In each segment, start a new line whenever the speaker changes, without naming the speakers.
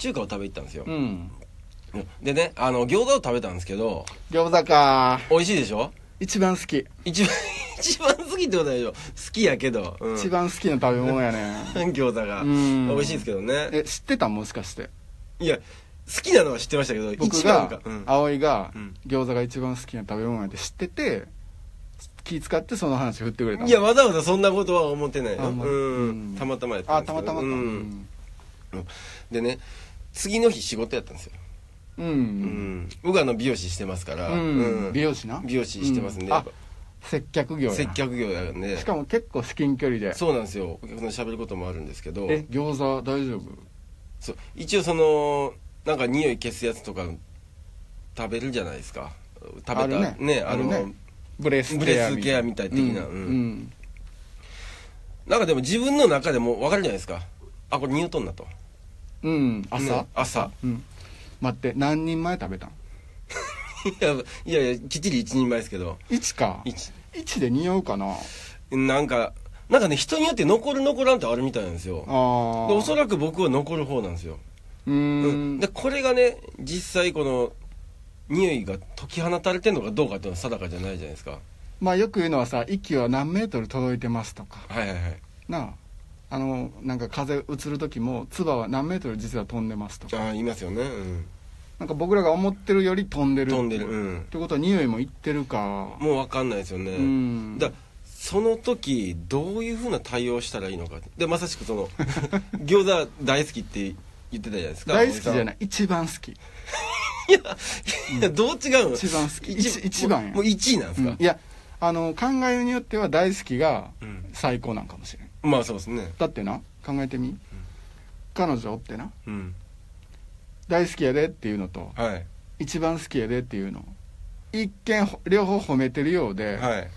中華を食べ行ったんですよ
う、ん
うんでねあの餃子を食べたんですけど
餃子か
美味しいでしょ
一番好き、
一番 一番好きってことないでしょ好きやけど、うん、
一番好きな食べ物やね
餃子が
うん
美味しいですけどね
え知ってたもしかして
いや好きなのは知ってましたけど
僕
一番
が
か、うん
葵が
うん
餃子が一番好きな食べ物やって知ってて気使ってその話振ってくれたの
いやわざわざそんなことは思ってないよ、
あまあ
う
うん
ん、たまたまやった
あ
んで
た
すけど
またまかう
うん
ん、
でね次の日仕事やったんですよ、
うん
うん、僕はあの美容師してますから、
うん
うん
美容師な
美容師してますんで、
うん
やっぱ
接客業や
接客業やんで
しかも結構至近距離で
そうなんですよお客さんと喋ることもあるんですけど
え餃子大丈夫
そう一応そのなんか匂い消すやつとか食べるじゃないですか食べた
あるね
あの
あるねブレス
ブレスケアみたい的な、
う
うんん
うん
なんかでも自分の中でも分かるじゃないですかあこれ匂うとんな と
うん
ね
朝
朝
うん待って何人前食べたん
いやいやいやきっちり一人前ですけど
1か
一
1で匂うかな
なんかなんかね人によって残る残らんってあるみたいなんですよ
ああ
でおそらく僕は残る方なんですよ、
う
う
ー
ん、
ん
でこれがね実際この匂いが解き放たれてんのかどうかっていうのは定かじゃないじゃないですか
まあよく言うのはさ息は何メートル届いてますとか
はいはいはい
なああのなんか風移る時も唾は何メートル実は飛んでますとか
ああ言いますよね、うん、
なんか僕らが思ってるより飛んでる
飛んでる、う
っ
ん、
てことは匂いもいってるか
もう分かんないですよね、
うん
だその時どういうふうな対応したらいいのかでまさしくそ の餃子大好きって言ってたじゃないですか
大好きじゃないい一番好き
いやどう違うの
一番好き一一番や
もうもう1位なんですか、
いやあの考えようによっては大好きが
うん
最高なんかもしれん
まあそうですね
だってな考えてみ、彼女おってな
うん
大好きやでっていうのと
はい
一番好きやでっていうの一見ほ両方褒めてるようで、
はい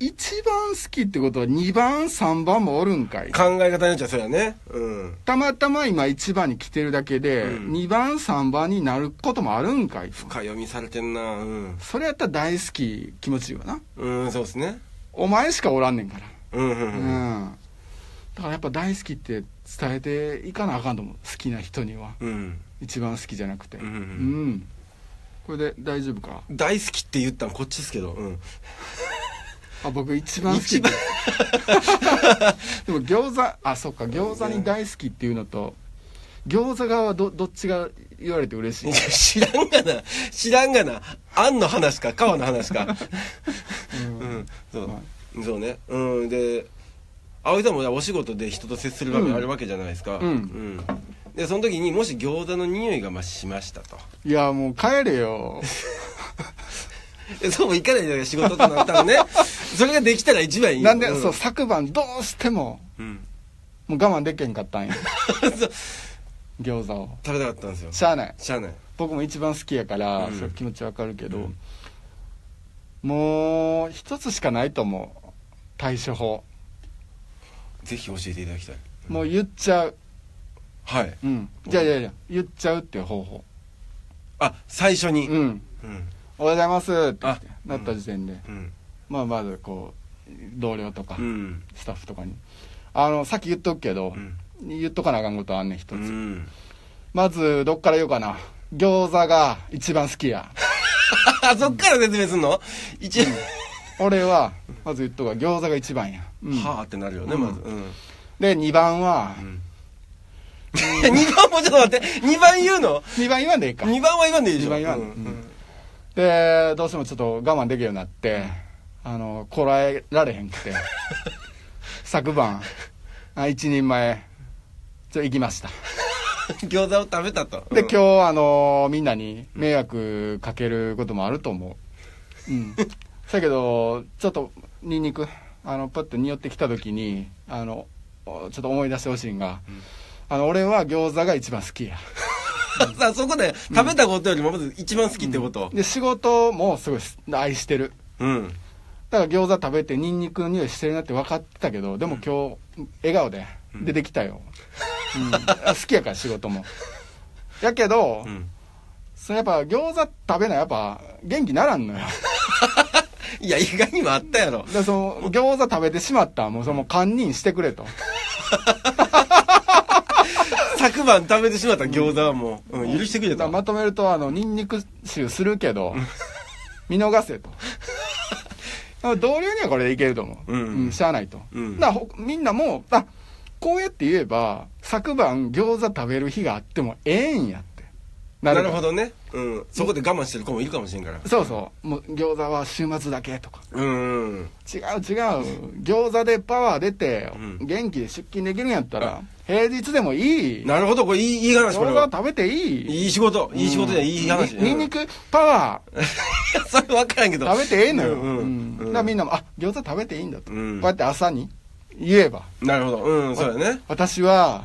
一番好きってことは2番3番もおるんかい
考え方によっちゃそうやねうん
たまたま今1番に来てるだけで、
うん
2番3番になることもあるんかい
深読みされてんなうん、
それやったら大好き気持ちいいわな
うん、そうですね
お前しかおらんねんから
うんうんう
うんん、だからやっぱ大好きって伝えていかなあかんと思う好きな人には
うん、
一番好きじゃなくて
うんうん
うんこれで大丈夫か
大好きって言ったんこっちですけど、うん、
あ僕一番好き
一番
でも餃子あそっか餃子に大好きっていうのと餃子側はどどっちが言われて嬉し
い
い
や知らんがな知らんがなあんの話か川の話 か
うん
うんそう、
は
そうねうんで葵さんもお仕事で人と接する場面あるわけじゃないですか
うん
うんでその時にもし餃子の匂いがまあしましたと
いやもう帰れよ
でそうもいかないじゃない仕事となった らねそれができたら一 番いい
なんで、
うん、
そう昨晩どうしても
うん
もう我慢できへん かったんや
そう
餃子を
食べたかったんですよ
しゃあない
しゃあない
僕も一番好きやから、
うん
それ気持ちわかるけど、
うん
もう一つしかないと思う対処法
ぜひ教えていただきたい
もう言っちゃう
はい
うんじゃあじゃあじゃあ言っちゃうっていう方法
あ最初に
うん
うん
「おはようございます」って
あ
なった時点で、
うん
まあまずこう同僚とか
うん
スタッフとかに、あのさっき言っとくけど、
うん
言っとかなあかんことあんねん一つ、
うん
まずどっから言おうかな餃子が一番好きや
あ、そっから説明すんの一応、
俺はまず言っとくわ餃子が一番や、うん
はあってなるよね、
うん
まず。うん。
で2番は、
2番もちょっと待って、2番言うの
2番言わんでいいか
?2 番は言わんでいいでしょ
二番言わん
う
でどうしてもちょっと我慢できるようになってあのこらえられへん くて昨晩あ一人前ちょ行きました
餃子を食べたと。
で
うん
今日あのみんなに迷惑かけることもあると思 ううんだけどちょっとニンニクあのパッと匂ってきた時にあのおちょっと思い出してほしいんが、あの俺は餃子が一番好きや
さあ、そこで食べたことよりもまず一番好きってこと。
で仕事もすごい愛してる
うん。
だから餃子食べてニンニクの匂いしてるなって分かってたけどでも今日、笑顔で出てき たよ、うんあ好きやから仕事もやけど、
うん。
それやっぱ餃子食べないやっぱ元気ならんのよ
いや、意外にもあったやろ。
でその餃子食べてしまったらもうその堪忍してくれと
昨晩食べてしまった餃子はもう、うん許してくれ
だか
た
らまとめるとあのニンニク臭するけど見逃せ とあ同僚にはこれでいけると思う、
うん
しゃあないと、
うん
だからほみんなもあこうやって言えば昨晩餃子食べる日があってもええんやって
な
から
るほどね、うん、そこで我慢してる子もいるかもしれんから
そうそうもう餃子は週末だけとか
うんうん
違う違う餃子でパワー出て、
うん
元気で出勤できるんやったら、平日でもいい
なるほどこれいいいい話これ
餃子
は
食べていい
いい仕事いい仕事でいい話
ににんにくパワー
うんそれ分からんけど
食べてええのよ、
う
うん
んうん
だからみんなもあ餃子食べていいんだと、
うん
こうやって朝に言えば
なるほどうんそうやね
私は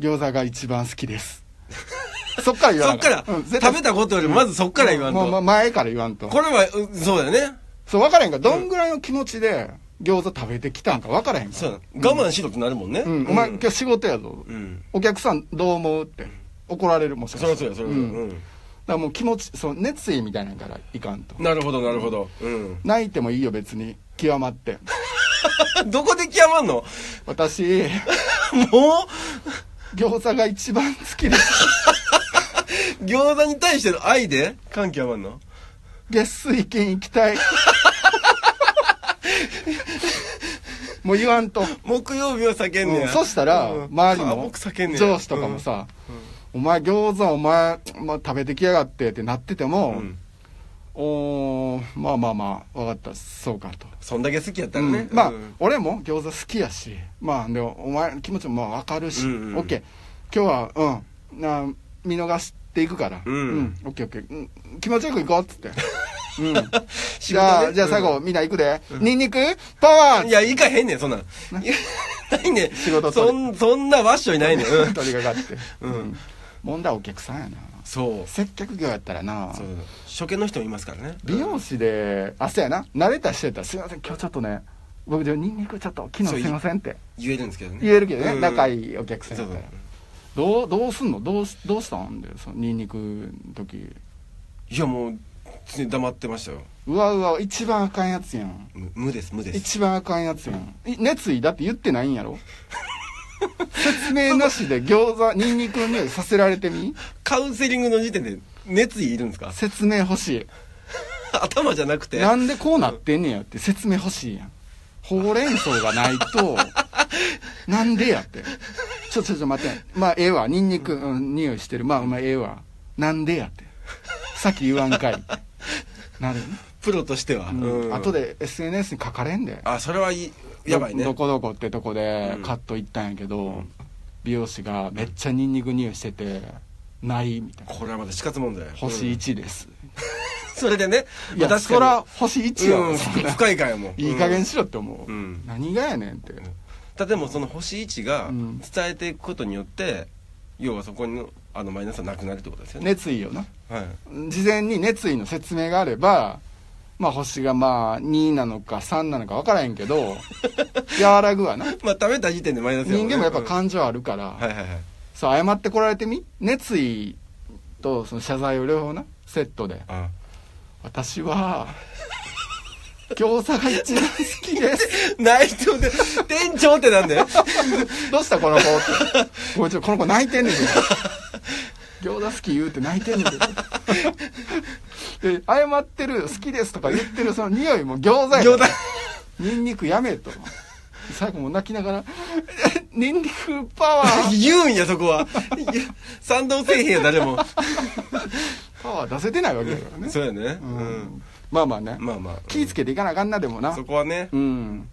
餃子が一番好きです そっから言わ
そ
な
っから
うん
食
絶対
べたことよりまずそっから言わん
もうもう
と
前から言わんと
これはうんそうだね
そう分からへんからどんぐらいの気持ちで餃子食べてきたんか分からへんか
そ
ら
うだ我慢しろってなるもんね
うん、お前今日仕事やぞ、
うん
お客さんどう思うって怒られるもん
そりゃそうやそりゃそうや
んだからもう気持ちその熱意みたいなんからいかんと
うんなるほどなるほどうん
泣いてもいいよ別に極まって
どこで極まんの
私
も
餃子が一番好きです
う餃子に対しての愛で感極まんの
月水金行きたいもう言わんと、
木曜日は叫んね
うん
や
そしたら
うん
周り
あ
も
僕叫んねや
上司とかもさ「お前餃子お前、まあ、食べてきやがって」ってなってて
う
も
んうん
「おーまあまあまあ分かったそうか」と。
そんだけ好きやったら
うん
ね、
まあ、
うん
俺も餃子好きやしまあでもお前の気持ちもまあ分かるし、
うんうん
オッケー今日はうんな見逃していくから、
うん
オッケーオッケー、うん気持ちよく行こうっつ って、うん、
仕事ね
じゃあ、じゃあ最後、みんな行くで、ニンニクパワー
いや行かへんねんそんなんいや ないねん
仕事取
そ
れ
んそんなわっしょいないねん、うん
取りかかって、
うん
問題はお客さんやな
そう
接客業やったらな
そう初見の人もいますからね
美容師であそうやな慣れた人やったら「すいません今日ちょっとね僕じゃあニンニクちょっと昨
そう
日すいません」って
言えるんですけどね
言えるけどね、
うん
仲いいお客さ
そうんそ
や
う
ったら。どうどうすんのどうしどうしたんでそのニンニクの時
いやもう常に黙ってましたよ
うわうわ一番あかんやつやん
無無です無です
一番あかんやつやんい熱意だって言ってないん やろ説明なしで餃子ニンニクの匂いさせられてみ
カウンセリングの時点で熱意いるんですか
説明欲し
頭じゃなく
い
て
なんでこうなってんねやって説明欲しいやんほうれん草がない となんでやってちょちょちょ待ってまあええわニンニク、うん、匂いしてるまあまあええわなんでやってさっき言わん かいってなる
プロとしては、
うん
うん
後で SNS に書かれんで
あそれはいいやばいね
どどこどこってとこで
うん
カット行ったんやけど、美容師がめっちゃニンニク匂いしててないみたいな
これはまだ死活問題
星
うん
1です、
それでね
いや
まあ
そら星1やわ、
うん、
そんな
深いかやもん
いい加減しろって思う、
うん
何がやねんって、
ただでもその星1が
うん
伝えていくことによって、要はそこのあのマイナスはなくなるってことですよね
熱意よな
はい、
事前に熱意の説明があればまあ星がまあ2なのか3なのか分からへん けど和らぐわな
まあ食べた時点でマイナスや
人
んね
間もやっぱ感情あるから、
うんはいはいはい
そう謝ってこられてみ熱意とその謝罪を両方なセットで
あ
私は餃子が一番好きです
泣いてもね店長ってなんだ よ
どうしたこの子ってごめんちょこの子泣いてんねんけど餃子好き言うて泣いてんねんけどで謝ってる好きですとか言ってるその匂いも餃子や
餃子
ニンニクやめと最後もう泣きながら「ニンニクパワー
言うんやそこはいや賛同せえへんや誰も
パワー出せてないわけだからね
そうやねう、
うんんまあまあね、
まあまあ
気ぃつけていかなあかんなでもな
そこはね
うん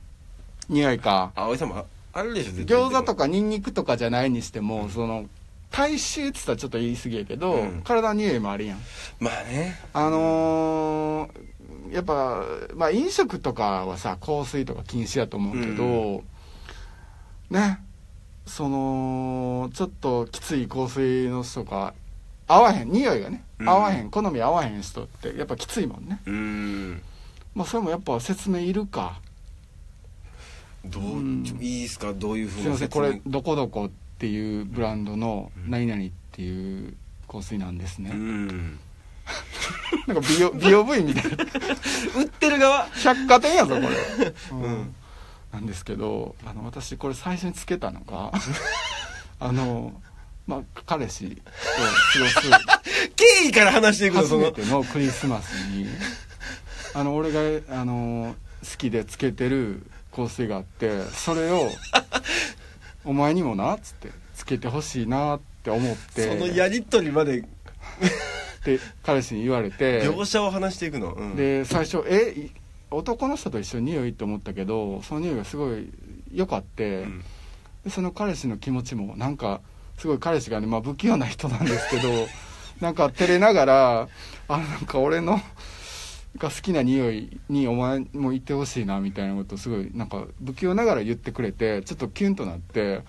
匂いか
葵さんもああるでしょ絶対
餃子とかニンニクとかじゃないにしても、その大衆っつったらちょっと言い過ぎやけど、
うん
体の匂いもあるやん
まあね
あのーやっぱ、まあ、飲食とかはさ香水とか禁止やと思うけど、ねそのちょっときつい香水の人が合わへん匂いがね
うん
合わへん、好み合わへん人ってやっぱきついもんね
うん
まあそれもやっぱ説明いるか
どう、
うん
ちょいいですかどういうふう
す
に
いませんこれどこどこっていうブランドの何々っていう香水なんですね、
うん
なんか美容美容部員みた いな
売ってる側
百貨店や ぞこれ、
うん
なんですけどあの私これ最初につけたのが あのまあ彼氏と 過
経緯から話していく
ご
の
す
そ
初め
の
てのクリスマスにあの俺があの好きでつけてる香水があってそれ を「お前にもな」っつってつけてほしいなって思っ
そ
て
のやり取りまで
って彼氏に言われて
描写を話していくの、うん、
で最初「えい男の人と一緒に匂い?」って思ったけどその匂いがすごい良かって、
うん
でその彼氏の気持ちもなんかすごい彼氏がね、まあ、不器用な人なんで すけどなんか照れながらあなんか俺のが好きな匂いにお前もいてほしいなみたいなことをすごいなんか不器用ながら言ってくれてちょっとキュンとなって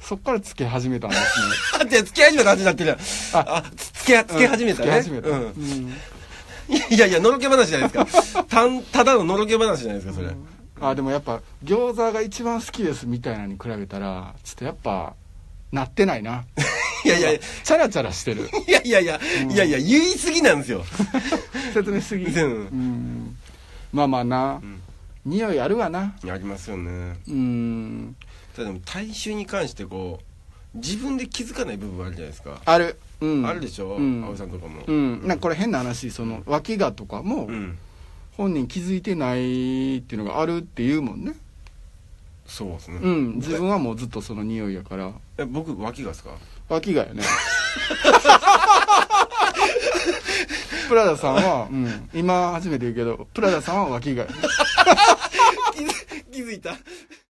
そっからつけ始めたんですね
あって付き始めた話になってるやんあつつけ つけ始めたね、
うんつけ始めた、
う
うんん
いやいやのろけ話じゃないですかたんただののろけ話じゃないですかそれ、
あでもやっぱ餃子が一番好きですみたいなのに比べたらちょっとやっぱなってないな
いやいや
なんかチャラチャラしてる
いやいやいや、いやいや言い過ぎなんですよ
説明しすぎ
うん
うんまあまあな、
ん
匂いあるわない
やありますよね
うん
ただでも体臭に関してこう自分で気づかない部分あるじゃないですか、
ある、うん、
あるでしょ、
うん、
青井さんとかも
うん、なんかこれ変な話その脇がとかも
うん
本人気づいてないっていうのがあるっていうもんね
そうですね、
うん自分はもうずっとその匂いやから
え僕脇がです か
脇がよねプラダさんは、うん、今初めて言うけどプラダさんは脇がよね
気づいた